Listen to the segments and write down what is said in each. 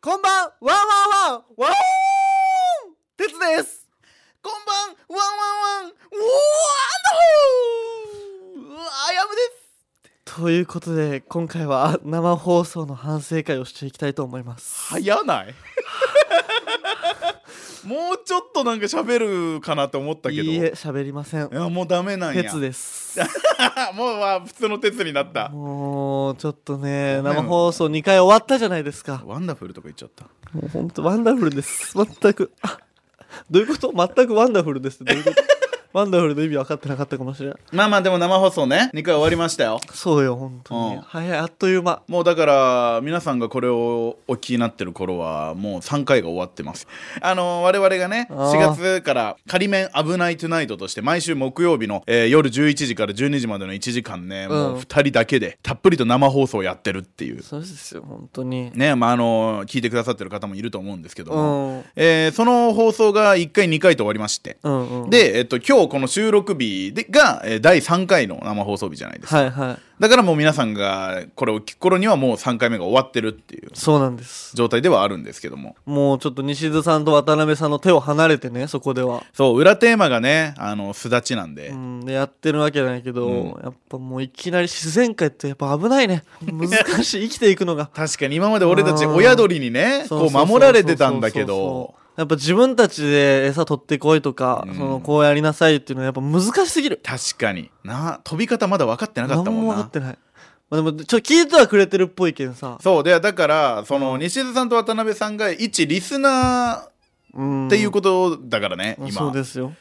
こんばんワンワンワンワン鉄ですこんばんワンワンワンおーアンドホーあやむですということで今回は生放送の反省会をしていきたいと思います早ない もうちょっとなんか喋るかなと思ったいけどいえ喋りませんいやもうダメなんや鉄です もうわ普通の鉄になったもうちょっとねごめん生放送2回終わったじゃないですかワンダフルとか言っちゃったもうほんとワンダフルです全くあどういうこと全くワンダフルですってどういうことワンダフルの意味分かってなかったかもしれないまあまあでも生放送ね2回終わりましたよそうよ本当うんに早いあっという間もうだから皆さんがこれをお聞きになってる頃はもう3回が終わってますあの我々がねあー4月から仮面危ないトゥナイトとして毎週木曜日の、えー夜11時から12時までの1時間ね、もう2人だけでたっぷりと生放送やってるっていうそうですよ本当にねまああの聞いてくださってる方もいると思うんですけどうも、んえーその放送が1回2回と終わりましてうんうんで、えっと、今日この収録日でが、えー第3回の生放送日じゃないですか、はいはいだからもう皆さんがこれを聞く頃にはもう3回目が終わってるっていうそうなんです状態ではあるんですけどももうちょっと西津さんと渡辺さんの手を離れてねそこでは、そう裏テーマがねあのすだちなんで、うん、でやってるわけじゃないけど、うやっぱもういきなり自然界ってやっぱ危ないね難しい 生きていくのが確かに今まで俺たちうん親鳥にねそうそうこそううそう守られてたんだけそうそうどそうやっぱ自分たちで餌取ってこいとか、うんそのこうやりなさいっていうのはやっぱ難しすぎる確かにな飛び方まだ分かってなかった何もんも分かなってない、まあ、でもちょっと聞いてはくれてるっぽいけどさそうでだからその西津さんと渡辺さんが一リスナうんーっていうことだからね、まあそ今うですよ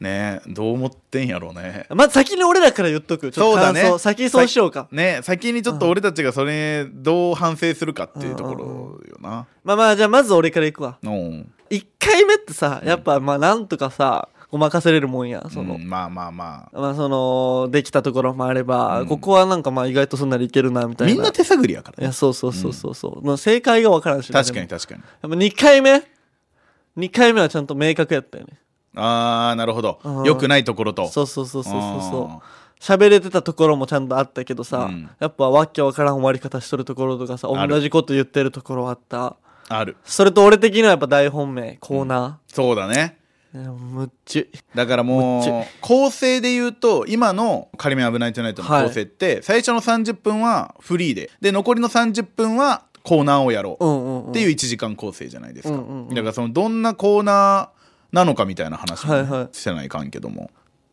ねどう思ってんやろうねまあ先に俺らから言っとくちょっと感想そうだね先そうしようかね先にちょっと俺たちがそれどう反省するかっていうところよなまあまあじゃあまず俺からいくわうん、 1回目ってさやっぱまあなんとかさごまかせれるもんやその、うんまあまあままあそのできたところもあれば、うんここはなんかまあ意外とそんなにいけるなみあたいなみんな手探りやからいねやそうそうそうそうそう、まあ正解が分からんしね確かにで確かにもやっぱ2回目2回目はちゃんと明確やったよねああなるほどうん良くないところとそうそうそうそうそうあそう喋れてたところもちゃんとあったけどさ、うんやっぱわけわからん終わり方しとるところとかさある同じこと言ってるところあったーあるそれと俺的にはやっぱ大本命コーナそうだねー、いやむっちいだからもむっちう構成で言うと今の「仮面危ないトゥナイト」の構成って、最初の30分はフリーでで残りの30分はコーナーをやろううんうん、うん、っていう1時間構成じゃないですか、うんうんうんだからそのどんなコーナーなのかみたいな話もね、はいはいしてないかんけども、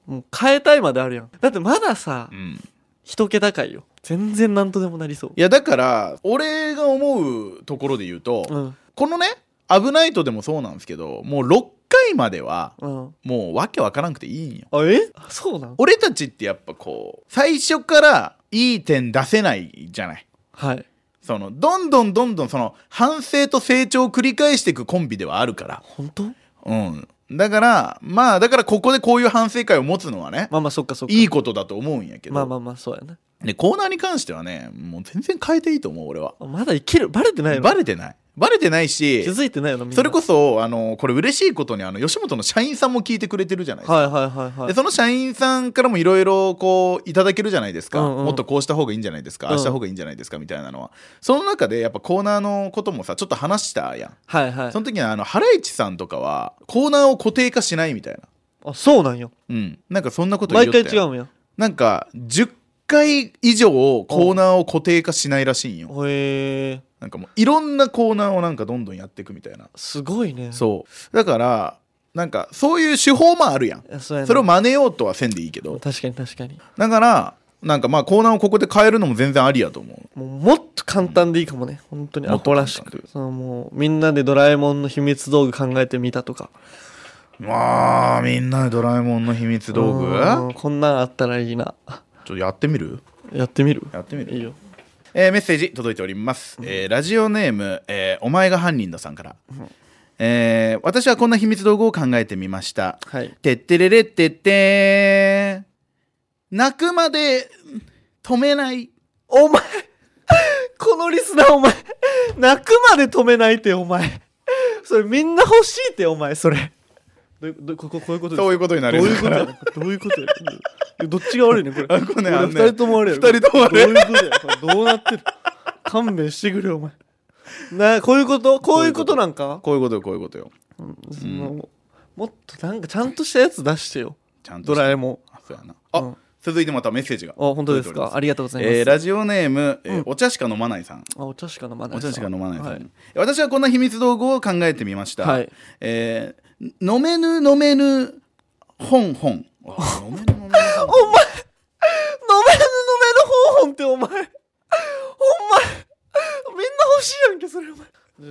もう変えたいまであるやんだってまださうん、一桁かいよ全然なんとでもなりそういやだから俺が思うところで言うと、うんこのね「危ないと」でもそうなんですけどもう6回まではうんもうわけわからなくていいんよあえあそうなん俺たちってやっぱこう最初からいい点出せないじゃないはいそのどんどんどんどんその反省と成長を繰り返していくコンビではあるから本当うんだからまあだからここでこういう反省会を持つのはねまあまあそっかそっかいいことだと思うんやけど、まあまあまあそうやねでコーナーに関してはねもう全然変えていいと思う俺はあまだいけるバレてないのバレてないバレてないし気づいてないよなみんなそれこそあのこれ嬉しいことにあの吉本の社員さんも聞いてくれてるじゃないですか、はいはいはいはいでその社員さんからもいろいろこういただけるじゃないですか、うんうんもっとこうした方がいいんじゃないですか、うんああした方がいいんじゃないですかみたいなのはその中でやっぱコーナーのこともさちょっと話したやんはいはいその時にあのハライチさんとかはコーナーを固定化しないみたいなあそうなんようんなんかそんなこと言毎よった回よ違うんやなんか10回以上コーナーを固定化しないらしいんよへえなんかもういろんなコーナーをなんかどんどんやっていくみたいなすごいねうそうだからなんかそういう手法もあるやんそうやねそれを真似ようとはせんでいいけど確かに確かにだからなんかまあコーナーをここで変えるのも全然ありやと思うもうもっと簡単でいいかもね本当にもアっとホ簡単らしくそのもうみんなでドラえもんの秘密道具考えてみたとかまあみんなでドラえもんの秘密道具うんこんなんあったらいいなちょっとやってみるやってみるやってみるいいよえーメッセージ届いております、えーラジオネーム、えーお前が犯人ださんから、えー私はこんな秘密道具を考えてみましたはいてってれれってってー泣くまで止めないお前このリスナーお前泣くまで止めないってお前それみんな欲しいってお前それどういうどうこここういうことですそういうことになるどういうことやねんどういうことやねんどっちが悪いねんこれあこれねあのね二人とも悪いやろ二人とも悪いどういうことやこれどうなってる勘弁してくれよお前なこういうことこういうことなんかこういうことよこういうことよそのもっとなんかちゃんとしたやつ出してよちゃんとドしたラえもんあそうやなあ、うん続いてまたメッセージがあ本当です届いておりまかありがとうございます、えーラジオネーム、えーお茶しか飲まないさんあお茶しか飲まないお茶しか飲まないさん、はい私はこんな秘密道具を考えてみました、はいえー飲めぬ飲めぬ本本あ飲め お前飲めぬ飲ぬ飲めぬめぬ本本ってお前お前みんな欲しいやんけそれお前お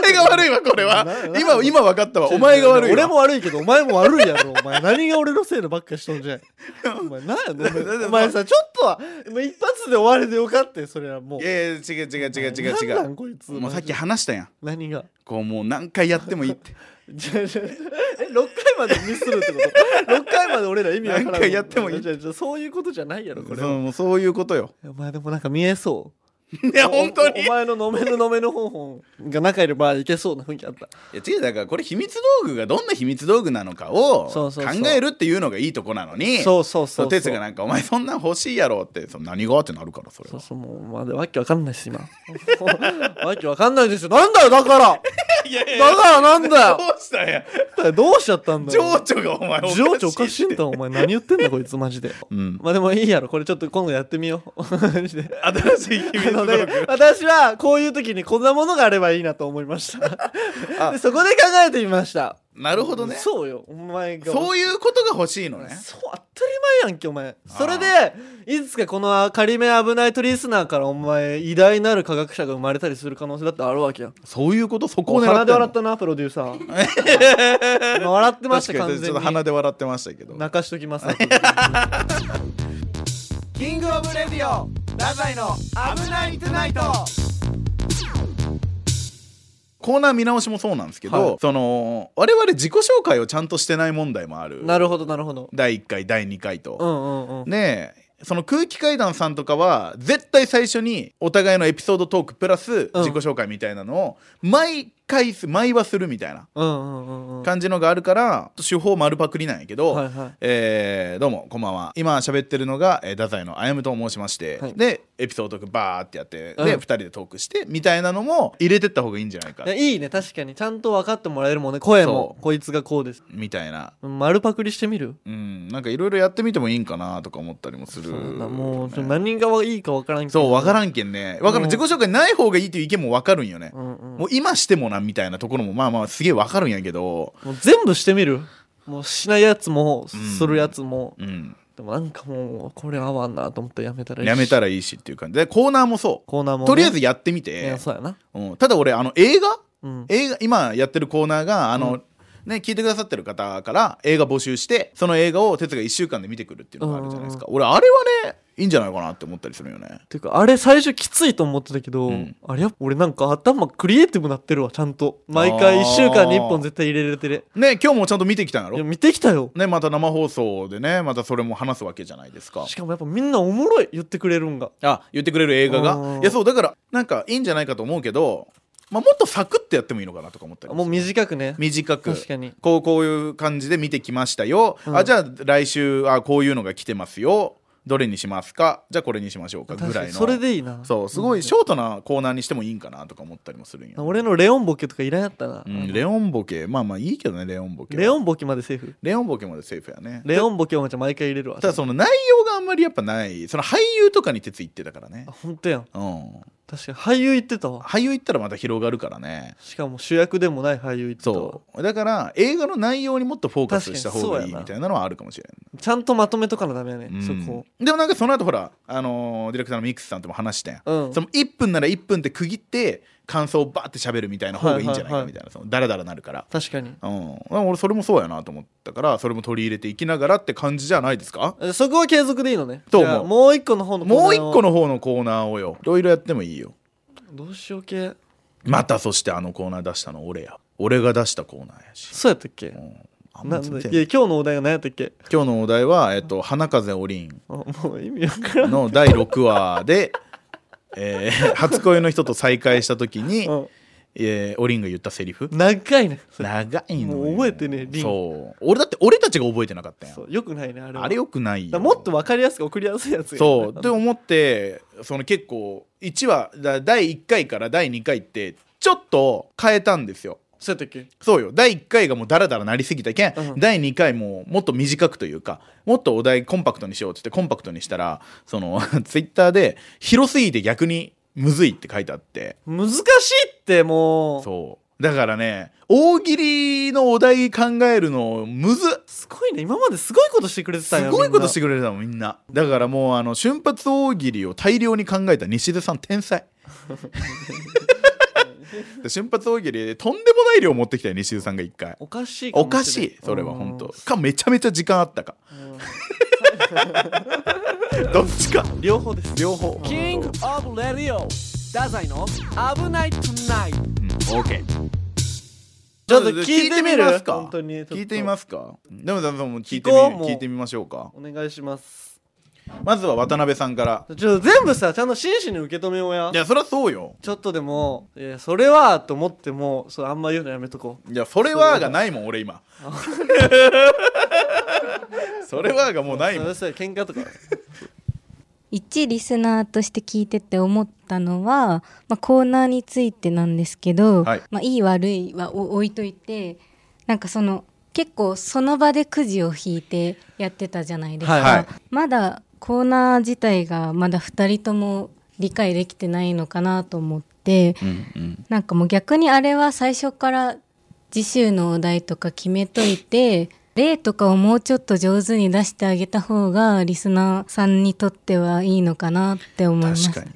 前が悪いわこれはな今な今分かったわお前が悪いわ俺も悪いけどお前も悪いやろお前何が俺のせいのばっかしとんじゃ んお前なんやねんお前お前さちょっとはもう一発で終わりでよかったよそれはもういやいや違う違う違う違う違何なんうこいつもうさっき話したやん何がこうもう何回やってもいいってじゃあじゃあえ6回までミスるってこと 6回まで俺ら意味わからん何回やってもいいじゃあじゃあそういうことじゃないやろ これそうはもうそういうことよお前でもなんか見えそういや本当 においお前の飲める飲める本本が仲いればいけそうな雰囲気あったや違うだからこれ秘密道具がどんな秘密道具なのかをそう考そうそうえるっていうのがいいとこなのにそうそうそうそう哲がなんか「お前そんなん欲しいやろ」ってその何がってなるからそれそうはそうもうまだわけわかんないし今わけわかんないですよなんだよだからだからなんだよどうしたんやだからどうしちゃったんだ情よ緒がお前おかしい情緒おかしいんだお前何言ってんだこいつマジで、んまあでもいいやろこれちょっと今度やってみようマジで新しい秘あ密 の道ね具、私はこういう時にこんなものがあればいいなと思いましたあでそこで考えてみましたなるほどねそそうよお前がういうことが欲しいのねそう当たり前やんけお前それでいつかこの仮面危ないトリスナーからお前偉大なる科学者が生まれたりする可能性だってあるわけやんそういうことそこおを狙鼻ってでん笑のったなプロデューサー 今笑ってました確か完にち全ょっとに鼻で笑ってましたけど泣かしとき ますキングオブレディオラザイの危ないトゥナイトコーナー見直しもそうなんですけど、はいその我々自己紹介をちゃんとしてない問題もあるなるほどなるほど第1回第2回と、うんうんうんねえその空気階段さんとかは絶対最初にお互いのエピソードトークプラス自己紹介みたいなのを毎回す毎話するみたいなうんうんうんうん感じのがあるから手法丸パクリなんやけど、はいはいえーどうもこんばんは今喋ってるのが、えー、太宰のあやむと申しまして、はいでエピソードトークバーってやってで、うん二2人でトークしてみたいなのも入れてった方がいいんじゃないかいやいいね確かにちゃんと分かってもらえるもんね声もそうこいつがこうですみたいな。うん丸パクリしてみるうん、なんかいろいろやってみてもいいんかなとか思ったりもすそるうだなもうちょ何がいいか分からんけどそう分からんけんね分かるうん自己紹介ない方がいいっていう意見も分かるんよね、うんうんもう今してもなみたいなところもまあまあすげえ分かるんやけどもう全部してみるもうしないやつもんするやつも、うんでもなんかもうこれ合わんなと思ってやめたらいいしやめたらいいしっていう感じでコーナーもそうコーナーもね、とりあえずやってみいてや、そうやなうん、ただ俺あの映画うん映画今やってるコーナーがあの、ね、聞いてくださってる方から映画募集してその映画を哲が1週間で見てくるっていうのがあるじゃないですか、俺あれはねいいんじゃないかなって思ったりするよねていうかあれ最初きついと思ってたけど、うんあれやっぱ俺なんか頭クリエイティブなってるわちゃんと毎回あー1週間に1本絶対入れれてるね今日もちゃんと見てきたんやいやろ見てきたよねまた生放送でねまたそれも話すわけじゃないですかしかもやっぱみんなおもろい言ってくれるんがあ言ってくれる映画うんがいやそうだからなんかいいんじゃないかと思うけど、まあ、もっとサクッとやってもいいのかなとか思ったりもう短くね短く確かにこうこういう感じで見てきましたよ、うんあじゃあ来週あこういうのが来てますよどれにしますかじゃあこれにしましょうかぐ確からいにのそれでいいなそうすごいショートなコーナーにしてもいいんかなとか思ったりもするんよ、俺のレオンボケとかいらんやったな、うんレオンボケまあまあいいけどねレオンボケはレオンボケまでセーフレオンボケまでセーフやねレオンボケおもちゃん毎回入れるわただその内容があんまりやっぱないその俳優とかに鉄いってたからねあ本当やんうん確かに俳優言ってたわ俳優行ったらまた広がるからねしかも主役でもない俳優言ってたわそうだから映画の内容にもっとフォーカスした方確かがいにそういやなみたいなのはあるかもしれないちゃんとまとめとかのダメやね、うんそこでもなんかその後ほら、あのーディレクターのミックスさんとも話したやん、うんその1分なら1分って区切って感想をバーって喋るみたいな方がいいんじゃないはいはいはかいみたいなそのダラダラなるから、確かにうん、俺それもそうやなと思ったからそれも取り入れていきながらって感じじゃないですかえそこは継続でいいのねと思うじゃあもう一個の方のコーナーをもう一個の方のコーナーをよいろいろやってもいいよどうしよう系またそしてあのコーナー出したの俺や俺が出したコーナーやし、そうやったっけうん、あんなまんだ全っけ然いや今日のお題が何やったっけ今日のお題は「えっと、花風おりん」あもう意味わからん、の第6話で、えー初恋の人と再会した時に、うん、えーおりんが言ったセリフ長いなそれ長いのよもう覚えてねリンそう俺だって俺たちが覚えてなかったやんそうよくないねあれはあれよくないだよからもっと分かりやすく送りやすいやつがそうって思ってその結構1話だ第1回から第2回ってちょっと変えたんですよそうやったっけそうよ第1回がもうダラダラなりすぎたけん、うん第2回ももっと短くというかもっとお題コンパクトにしようっつってコンパクトにしたらその ツイッターで広すぎて逆にむずいって書いてあって難しいってもうそうだからね大喜利のお題考えるのむずっすごいね今まですごいことしてくれてたんすやごいことしてみんなくれてたもんみんなだからもうあの瞬発大喜利を大量に考えた西出さん天才 で瞬発大喜利でとんでもない量持ってきたよ西出さんが一回おかしいもおかしれないそれは本当かめちゃめちゃ時間あ ったかどっちかうん両方です両方キングオブレディオ太宰の危ないトゥナイトうん OK ちょっと聞いてみるますか本当に聞いてみますすかでもでもでも聞いて聞みこうもう聞いてみましょうかお願いしますまずは渡辺さんからちょっと全部さちゃんと真摯に受け止めようやいやそりゃそうよちょっとでも、えーそれはと思ってもそうあんま言うのやめとこいやそれはがないもん 俺今それはがもううないもんそうそう喧嘩 とか一リスナーとして聞いてて思ったのは、まあ、コーナーについてなんですけど、はいまあ、いい悪いはお置いといてなんかその結構その場でくじを引いてやってたじゃないですか、はいはいまだコーナー自体がまだ2人とも理解できてないのかなと思って、なんかもう逆にあれは最初から次週のお題とか決めといて例とかをもうちょっと上手に出してあげた方がリスナーさんにとってはいいのかなって思いま確すかに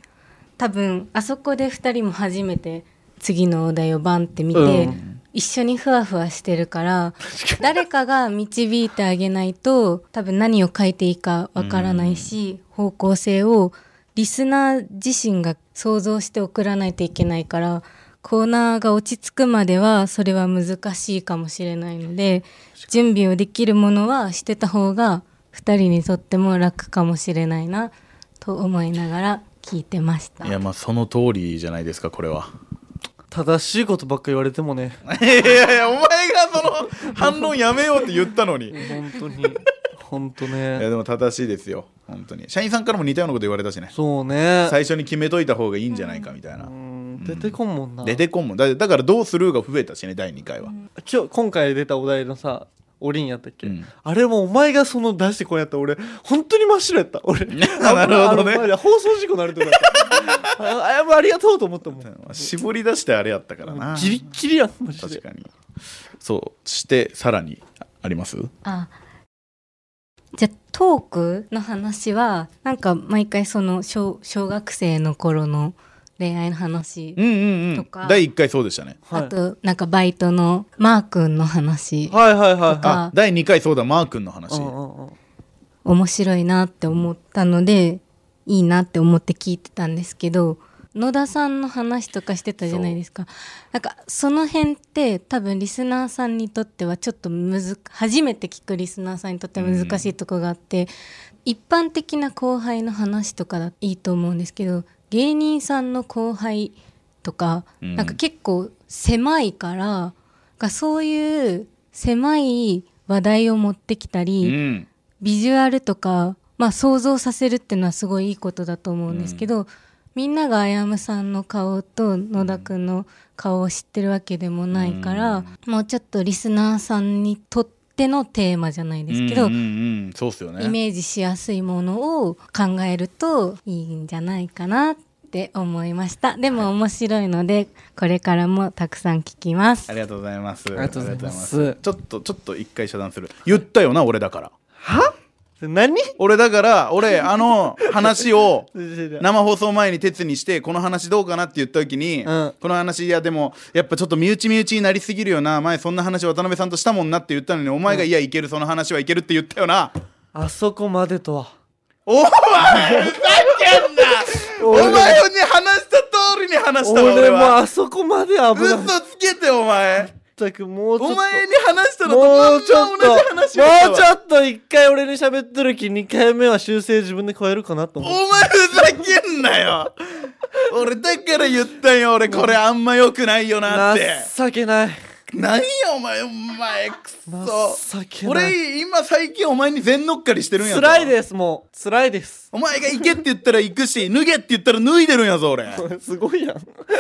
多分あそこで2人も初めて次のお題をバンって見て、うん一緒にふわふわしてるから誰かが導いてあげないと多分何を書いていいかわからないし、方向性をリスナー自身が想像して送らないといけないからコーナーが落ち着くまではそれは難しいかもしれないので準備をできるものはしてた方が2人にとっても楽かもしれないなと思いながら聞いてましたい。やまあその通りじゃないですかこれは 正しいことばっか言われてもねいやいやお前がその反論やめようって言ったのにい本当 に本当やねでも正しいですよ本当に社員さんからも似たようなこと言われたしねそうね最初に決めといた方がいいんじゃないかみたいなうん出てこんもんな出てこんもんだだからどうするが増えたしね第2回は今日今回出たお題のさおりんやったっけ、うんあれもお前がその出してこんやったら俺本当に真っ白やった 俺なるほどねあのあの放送事故なるとかやった ああもうありがとうと思ったもん絞り出してあれやったからなギリッギリやんマジ確でかにそうしてさらにあありますあじゃあトークの話はなんか毎回その小小学生の頃の恋愛の話、うんうんうとんか第1回そうでしたねはいあとなんかバイトのマー君の話、はいはいはいはあ第2回そうだマー君の話いうんうんうん面白いなって思ったのでいいなって思って聞いてたんですけど野田さんの話とかしてたじゃないですかなんかその辺って多分リスナーさんにとってはちょっとむず初めて聞くリスナーさんにとっては難しいとこがあって、一般的な後輩の話とかだいいと思うんですけど芸人さんの後輩とか、うんなんか結構狭いからがそういう狭い話題を持ってきたり、うんビジュアルとか、まあ、想像させるっていうのはすごいいいことだと思うんですけど、みんながあやむさんの顔と野田くんの顔を知ってるわけでもないから、もうちょっとリスナーさんにとってのテーマじゃないですけど、うんうんうんそうっすよねイメージしやすいものを考えるといいんじゃないかなって思いましたでも面白いのでこれからもたくさん聞きますありがとうございますありがとうございますりがとうございますちょっとちょっと一回遮断する言ったよな俺だからはそれ何俺だから俺あ の話をな生放送前に鉄にしてこの話どうかなって言った時に、うんこの話いやでもやっぱちょっと身内身内になりすぎるよな前そんな話渡辺さんとしたもんなって言ったのにお前が、いやいけるその話はいけるって言ったよなあそこまでとはお前ふざけんなお前に話した通りに話したわ俺俺もはあそこまで危ない嘘つけてお前全くもうちょっおと前に話したのともうちょっまんとまも同じうち話をしたわょっと一回俺に喋ってる気2回目は修正自分で変えるかなとお思って前ふざけんなよ俺だから言ったよ俺これあんま良くないよなって情けない何やお前お前くそ情けない俺今最近お前に全乗っかりしてるんやぞ辛いですもう辛いです お前が行けって言ったら行くし脱げって言ったら脱いでるんやぞ俺すごいやん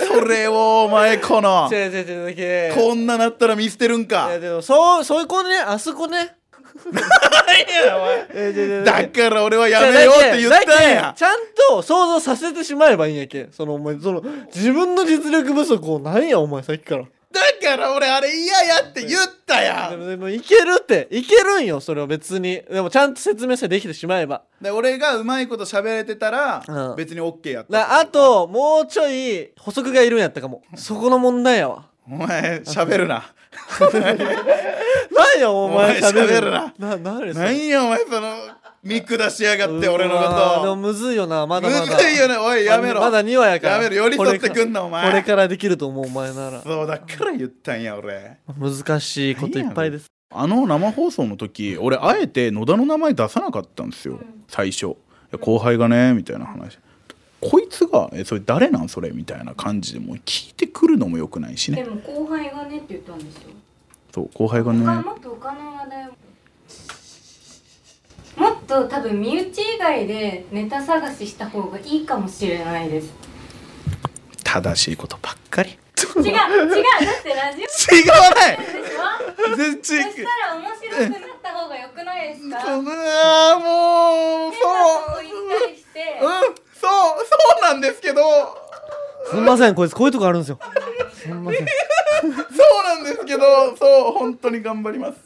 それをお前この違う違う違うだけこんななったら見捨てるんかいやでもそうそういう子ねあそこねえ違う違う違うだから俺はやめようって言っだけたんだやけちゃんと想像させてしまえばいいんやけそのお前その自分の実力不足を何やお前さっきからだから俺あれ嫌やって言ったやでんもでもいけるっていけるんよそれは別にでもちゃんと説明さえできてしまえばで俺がうまいこと喋れてたうらん別に OK やったなあともうちょい補足がいるんやったかもそこの問題や わお前喋るな何やお前お前喋喋るるなな何で何やお前 その見下しやがって俺のこでもとむずいよなまだむまだずいよねおいやめろまだ2話やからやめろ寄り添ってくんなお前これからできると思うお前ならそうだから言ったんや俺難しいこといっぱいですあの生放送の時俺あえて野田の名前出さなかったんですよ最初いや後輩がねみたいな話こいつが「えそれ誰なんそれ」みたいな感じでもう聞いてくるのもよくないしでねも後輩がねって言ったんですよ。そう後輩が他ねもっと他の話題を。もっと多分身内以外でネタ探しした方がいいかもしれないです。正しいことばっ かり 違う違うだってラジオ違わないでしょ。全そ然したら面白くなった方が良くないですか。変うなとわもうこそう行ったりして。うんそうそうなんですけどすんませんこいつこういうとこあるんですよすんませんそうなんですけどそう本当に頑張ります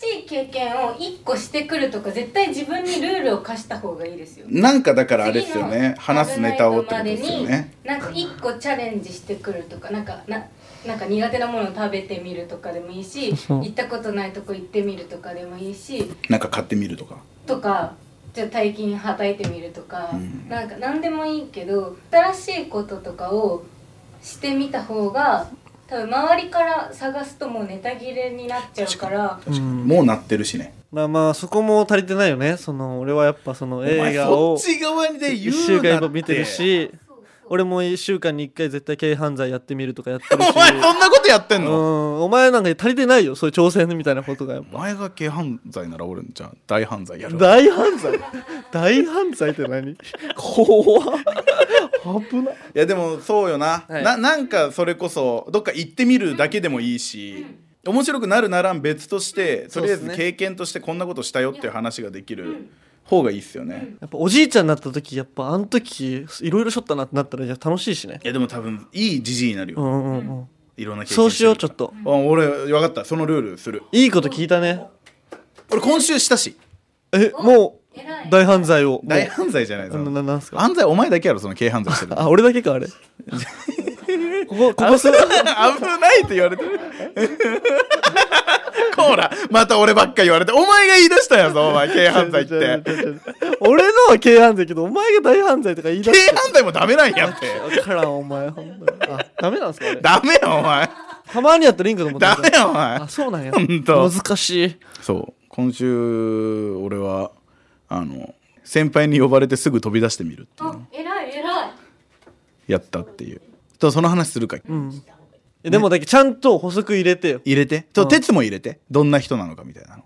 新しい経験を一個してくるとか絶対自分にルールを課した方がいいですよ。なんかだからあれ次ですよのね話すネタをってこと危ないですとよまねになんか一個チャレンジしてくるとかなんかななんか苦手なものを食べてみるとかでもいいしそう行ったことないとこ行ってみるとかでもいいしなんか買ってみるとかとかじゃあ大金はたいてみるとか、うんなんか何でもいいけど新しいこととかをしてみた方が多分周りから探すともうネタ切れになっちゃうから。うんもうなってるしねまあまあそこも足りてないよねその俺はやっぱその映画おを前そっち側で言1うなって週間も見てるしそうそう俺も1週間に1回絶対軽犯罪やってみるとかやってるしお前そんなことやってんうの、んお前なんか足りてないよそういう挑戦みたいなことがやっおぱ前が軽犯罪なら俺じゃあ大犯罪やる大犯罪大犯罪って何怖っ 危ないやでもそうよな、はいななんかそれこそどっか行ってみるだけでもいいし、面白くなるならん別として、とりそうあえっずすね経験としてこんなことしたよっていう話ができる方がいいっすよね、いやっぱおじいちゃんになった時やっぱあの時いろいろしょったなってなったらいや楽しいしねやでも多分いいじじいになるよ、うんうんうんいろんな経験そうしようてちょるっとあ俺分かったそのルールするいいこと聞いたね俺今週したしえも偉うい大犯罪をもう大犯罪じゃないあぞのななんすか犯罪お前だけやろその軽犯罪して るあ俺だけ かあれここここする危ないって言われてる こらまた俺ばっか言われてお前が言い出したんやぞお前軽犯罪っ違うて違う違う違う 俺のは軽犯罪やけどお前が大犯罪とか言い出軽して犯罪もダメなん やって分からんお前ほんま にあダメなんすかあれダメよ お前たまにやったらいいんかと思ったダメよお前あそうなんやほんと難しいそう今週俺はあの先輩に呼ばれてすぐ飛び出してみるっていうあのを偉い偉いやったっていうとその話するか、えでもだけちゃんと補足入れてよ入れてと鉄も入れてどんな人なのかみたいなの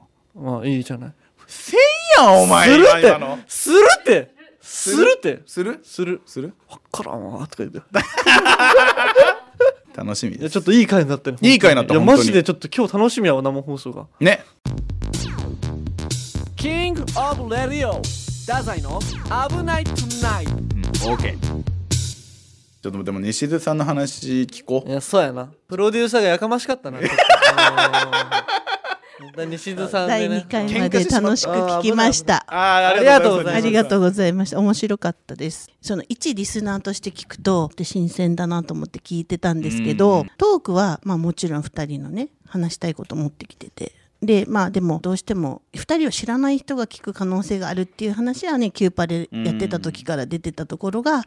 まあいいじゃないせんやんお前するっ今てのするってするってするするするわっからんわとか言って楽しみいでやすちょっといい回になったねいい回になったいや本当にマジでちょっと今日楽しみやわ生放送がね King of Radio 太宰の危ない tonight オーケーちょっとでも西津さんの話聞こいうやそうやなプロデューサーがやかましかったな あー西津さん第でね2回まで楽しく聞きました。あーありがとうございますありがとうございました。面白かったです。その一リスナーとして聞くと、で新鮮だなと思って聞いてたんですけうどん、トークは、まあもちろん2人のね、話したいこと持ってきてて。で、まあでもどうしても2人を知らない人が聞く可能性があるっていう話はね、キューパでやってた時から出てたところが、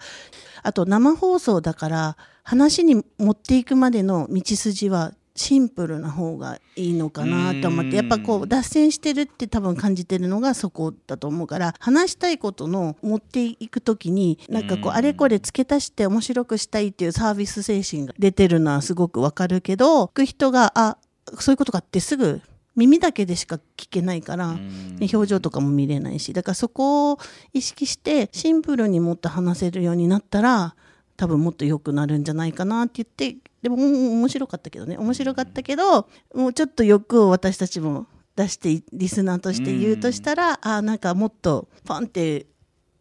あと生放送だから話に持っていくまでの道筋はシンプルな方がいいのかなと思ってやっぱこう脱線してるって多分感じてるのがそこだと思うから話したいことの持っていく時になんかこうあれこれ付け足して面白くしたいっていうサービス精神が出てるのはすごくわかるけど聞く人があそういうことかってすぐ耳だけでしか聞けないから、ね表情とかも見れないしだからそこを意識してシンプルにもっと話せるようになったら多分もっと良くなるんじゃないかなって言ってでもうん面白かったけどね面白かったけどもうちょっと欲を私たちも出してリスナーとして言うとしたら、あーなんかもっとパンって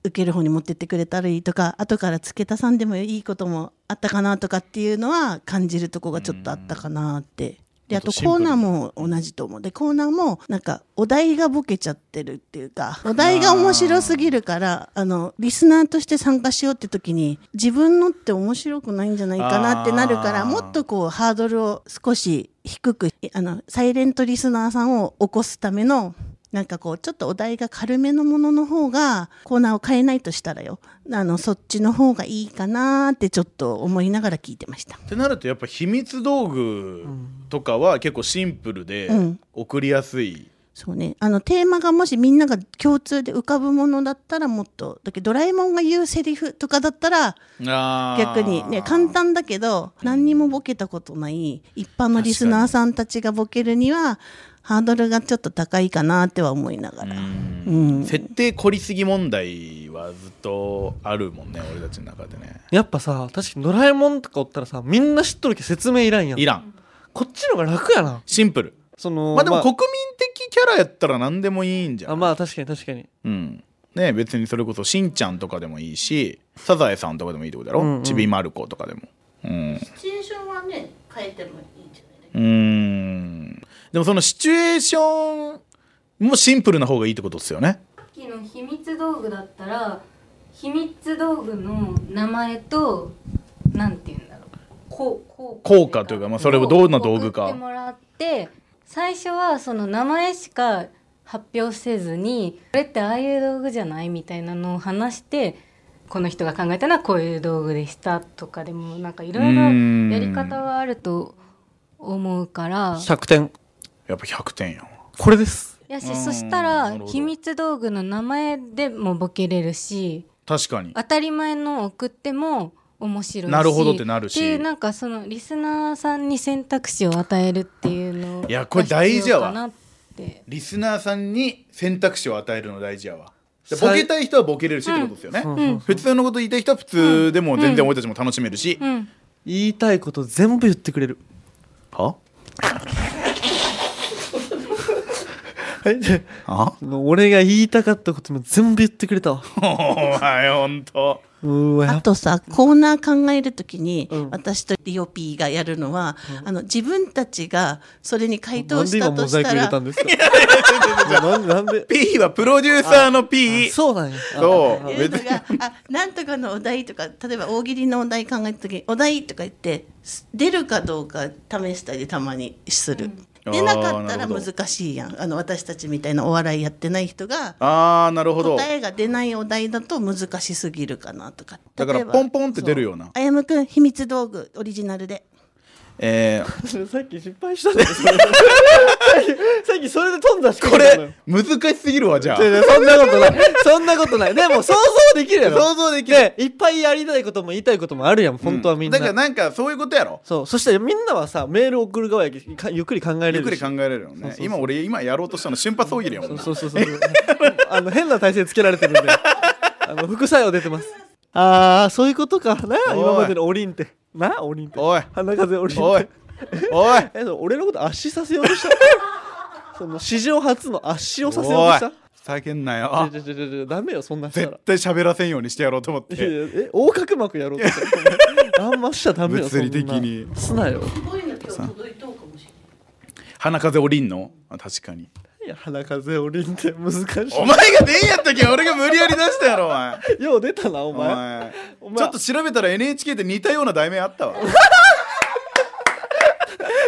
受ける方に持ってってくれたらいいとか後から付け足さんでもいいこともあったかなとかっていうのは感じるとこがちょっとあったかなって。であとコーナーも同じと思うでコーナーもなんかお題がボケちゃってるっていうかお題が面白すぎるからあのリスナーとして参加しようって時に自分のって面白くないんじゃないかなってなるかあらーもっとこうハードルを少し低くいあのサイレントリスナーさんを起こすためのなんかこうちょっとお題が軽めのものの方がコーナーを変えないとしたらよあのそっちの方がいいかなーってちょっと思いながら聞いてました。ってなるとやっぱ秘密道具とかは結構シンプルでうん送りやすい、そうね、あのテーマがもしみんなが共通で浮かぶものだったらもっとだけどドラえもんが言うセリフとかだったらあー逆にね簡単だけど何にもボケたことない一般のリスナーさんたちがボケるにはハードルがちょっと高いかなっては思いながら、うん設定凝りすぎ問題はずっとあるもんね俺たちの中でねやっぱさ確かにドラえもんとかおったらさみんな知っとるけど説明いらんやんいらんこっちの方が楽やなシンプルそのまあでも国民的キャラやったら何でもいいんじゃあん、まあ確かに確かにうんね、別にそれこそしんちゃんとかでもいいしサザエさんとかでもいいってことだろ、うんうんちびまる子とかでもうんシチュエーションはね変えてもいいんじゃないうーんでもそのシチュエーションもシンプルな方がいいってことですよねさっきの秘密道具だったら秘密道具の名前となんて言うんだろうこうこう効果というかまあそれをどんな道具か送ってもらって最初はその名前しか発表せずにこれってああいう道具じゃないみたいなのを話してこの人が考えたのはこういう道具でしたとかでもなんかいろいろやり方はあると思うから100点やっぱ100点やんこれですやうしんそしなたるらほど秘密道具の名前でもボケれるし確かに当たり前のを送っても面白いしなるほどってなるしっていうなんかそのリスナーさんに選択肢を与えるっていうのいやこれ大事やわが必要かなってリスナーさんに選択肢を与えるの大事やわでボさいケたい人はボケれるしってことですよね、ん普通のこと言いたい人は普通でも全然俺たちも楽しめるし、うん言いたいこと全部言ってくれるは はいであ俺が言いたかったことも全部言ってくれたわお前ほんとうわやあっぱとさコーナー考えるときに、うん私とリオピーがやるのは、あの自分たちがそれに回な答んでし今たモとザしイクた入れたらん ですかいやなんでなんで P はプロデューサーの P そうなんやあそう言う別のにがあなんとかのお題とか例えば大喜利のお題考えた時にお題とか言ってす出るかどうか試したりたまにする、うん出なかったあーならるほど難しいやんあの私たちみたいなお笑いやってない人がああなるほど答えが出ないお題だと難しすぎるかなとかだから例えばポンポンって出るようなそあやむくん秘密道具オリジナルでえ さっき失敗したんですよさっきそれで飛んだしー、これ難しすぎるわじゃあ違う違うそんなことないそんなことないでも想像できるやろ想像できる、ねいっぱいやりたいことも言いたいこともあるやん本当はみんな、だからなんかそういうことやろそうそしてみんなはさメール送る側やけかゆっくり考えれるしゆっくり考えられるよね今俺今やろうとしたの瞬発大喜利やもんなそうそうそうそうあの変な体勢つけられてるんであの副作用出てますああそういうことかなおい今までのオリンってなオリンっておい花風オリンっておいおいえそれ俺のこと圧死させようとしたその史上初の圧死をさせようとおいした叫んなよちょちょちょちょダメよそんなしたら絶対喋らせんようにしてやろうと思っいやいてやえ横隔膜やろうとしたらあんましちゃダメよ物理的にそんなすなよ花風おりんのあ確 かにいや鼻風オリンって難しお前が出んやったけ俺が無理やり出したやろお前いよう出たな おお前前お前ちょっと調べたら NHK で似たような題名 あったわ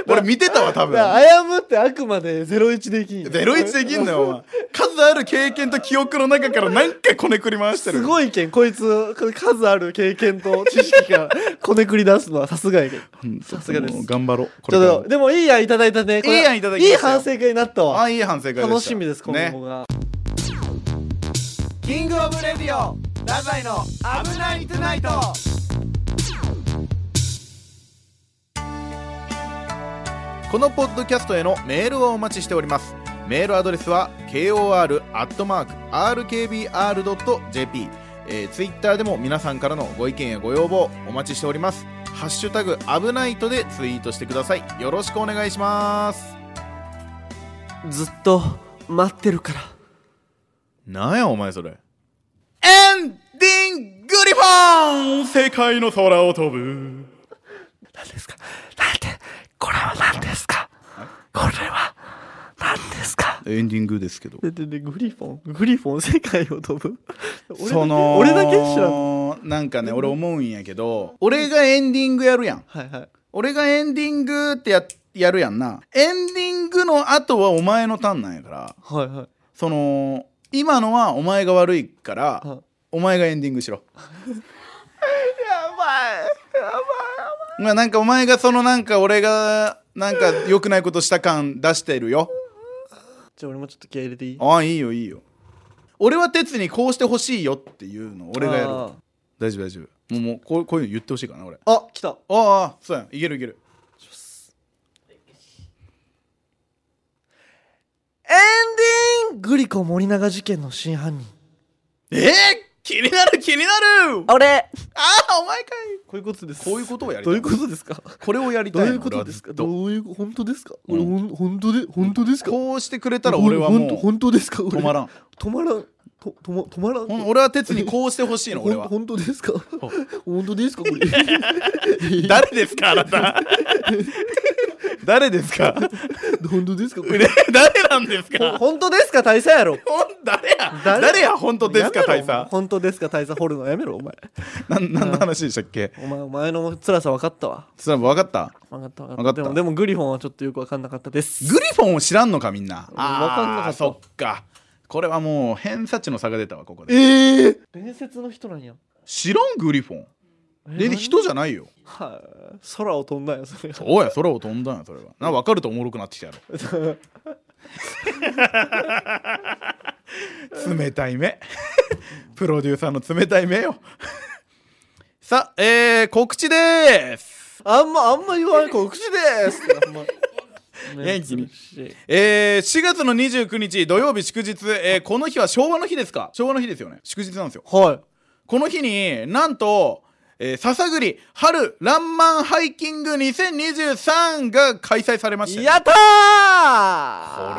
俺見てたわ多分だからあやむってあくまでゼロ一できんよゼロ一できんのよお前家数ある経験と記憶の中から何回こねくり回してるすごいけんこいつ数ある経験と知識がこねくり出すのはさすがやけんいさすがですもう頑張ろうちこれからょっとでもいい案いただいたねこれいい案いただきまいしたいよ反省会になったあわいい反省会でした楽しみです今後ねが、キングオブレディオ太宰の危ないトゥナイトこのポッドキャストへのメールをお待ちしておりますメールアドレスは kor.rkbr.jp えー、ツイッターでも皆さんからのご意見やご要望お待ちしておりますハッシュタグ危ないとでツイートしてくださいよろしくお願いしますずっと待ってるからなんやお前それエンディングリフォン世界の空を飛ぶ何ですかなんてこれは何ですかこれは何ですかエンディングですけどでででグリフォングリフォン世界を飛ぶ俺だけその俺だけ知らんなんかね俺思うんやけど俺がエンディングやるやんはいはい俺がエンディングってややるやんなエンディングの後はお前のターンなんやからはいはいその今のはお前が悪いから、うんお前がエンディング しろやばいやばいやばい、まあ、なんかお前がそのなんか俺がなんか良くないことした感出してるよじゃあ俺もちょっと気合い入れていいああいいよいいよ俺は哲にこうしてほしいよっていうの俺がやるあ大丈夫大丈夫もうもうこうこういうの言ってほしいかな俺ーあ来たああそうやんいけるいけるエンディンググリコ森永事件の真犯人えー、気になる気になるあ俺あお前かいこういうことですこういうことをやりたどいういうことですかこれをやりどうたいいのうことですか俺はずっどういう本当ですか、うん俺ほん本当で本当ですとかこうしてくれたら俺はほんもほんう本当ですか俺止まらん止まらんと止ま止まらんほん俺は哲にこうしてほしいのほん俺は本当ですか本当ですかこ れ誰ですかあなた 誰ですか本当ですかこれね誰なんですほんか本当ですか大佐やろほん誰や誰誰や本当ですかやめろお前大佐本当ですか大佐掘るのやめろお前なん何の話でしたっけお前お前の辛さ分かったわそれ分かった分かった分かった分かったでもでもグリフォンはちょっとよく分かんなかったですグリフォンを知らんのかみんな分かんなかったそっかこれはもう偏差値の差が出たわここでええ伝説の人なんや知らんグリフォンで人じゃないよはい、空を飛んだよそれがおや空を飛んだんやそれはな分かるとおもろくなってきたやろ冷たい目プロデューサーの冷たい目よさあえー、告知ですあんまあんま言わん告知です あん ま元気に珍しいえー、4月の29日土曜日祝日、えーこの日は昭和の日ですか昭和の日ですよね祝日なんですよはいこの日になんと、えー、笹栗春らんまんハイキング2023が開催されましたやったこ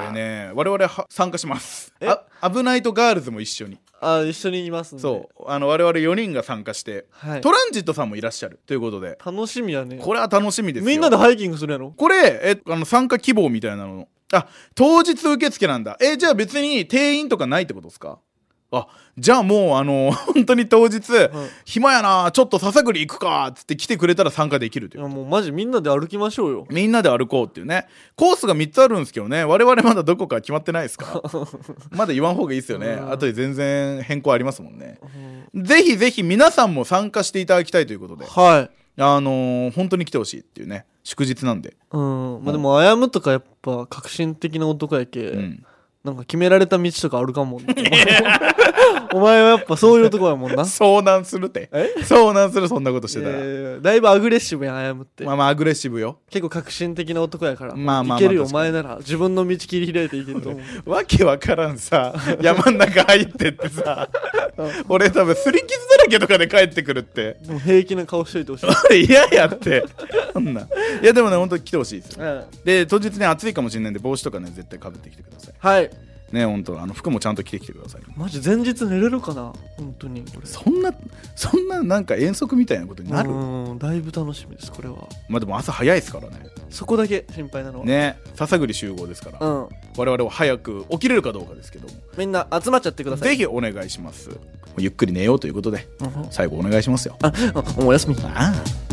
ーれね我々は参加しますえあ危ないとガールズも一緒にあ一緒にいますんでそうあの我々4人が参加して、はいトランジットさんもいらっしゃるということで楽しみやねこれは楽しみですよみんなでハイキングするやろこれえあの参加希望みたいなのあ当日受付なんだえじゃあ別に定員とかないってことですかあじゃあもうあの 本当に当日、暇やなちょっと笹栗行くかっつって来てくれたら参加できるといいうやもうマジみんなで歩きましょうよみんなで歩こうっていうねコースが3つあるんですけどね我々まだどこか決まってないですから まだ言わん方がいいですよねうんあとで全然変更ありますもんねぜひぜひ皆さんも参加していただきたいということではいあのー本当に来てほしいっていうね祝日なんで、うんまあでもあやむとかやっぱ革新的な男やけ、うん、なんか決められた道とかある かもんお前はやっぱそういう男やも んな遭難するってえ遭難するそんなことしてたら、えーだいぶアグレッシブやんあやむって、まあまあアグレッシブよ結構革新的な男やから、まあまあまあいけるよお確か前なら自分の道切り開いていけると 思うわけわからんさ山ん中入ってってさ俺多分すり傷だらけとかで帰ってくるって でも平気な顔しといてほしい、嫌やってそんないやでもね本当に来てほしいですようんで当日ね暑いかもしれないんで帽子とかね絶対かぶってきてくださいはいね本当あの服もちゃんと着てきてくださいマジ前日寝れるかな本当にこれそんなそんななんか遠足みたいなことになるうんだいぶ楽しみですこれはまあでも朝早いですからねそこだけ心配なのはね笹栗集合ですからうん我々は早く起きれるかどうかですけどもみんな集まっちゃってくださいぜひお願いしますゆっくり寝ようということでうん最後お願いしますよあおやすみああ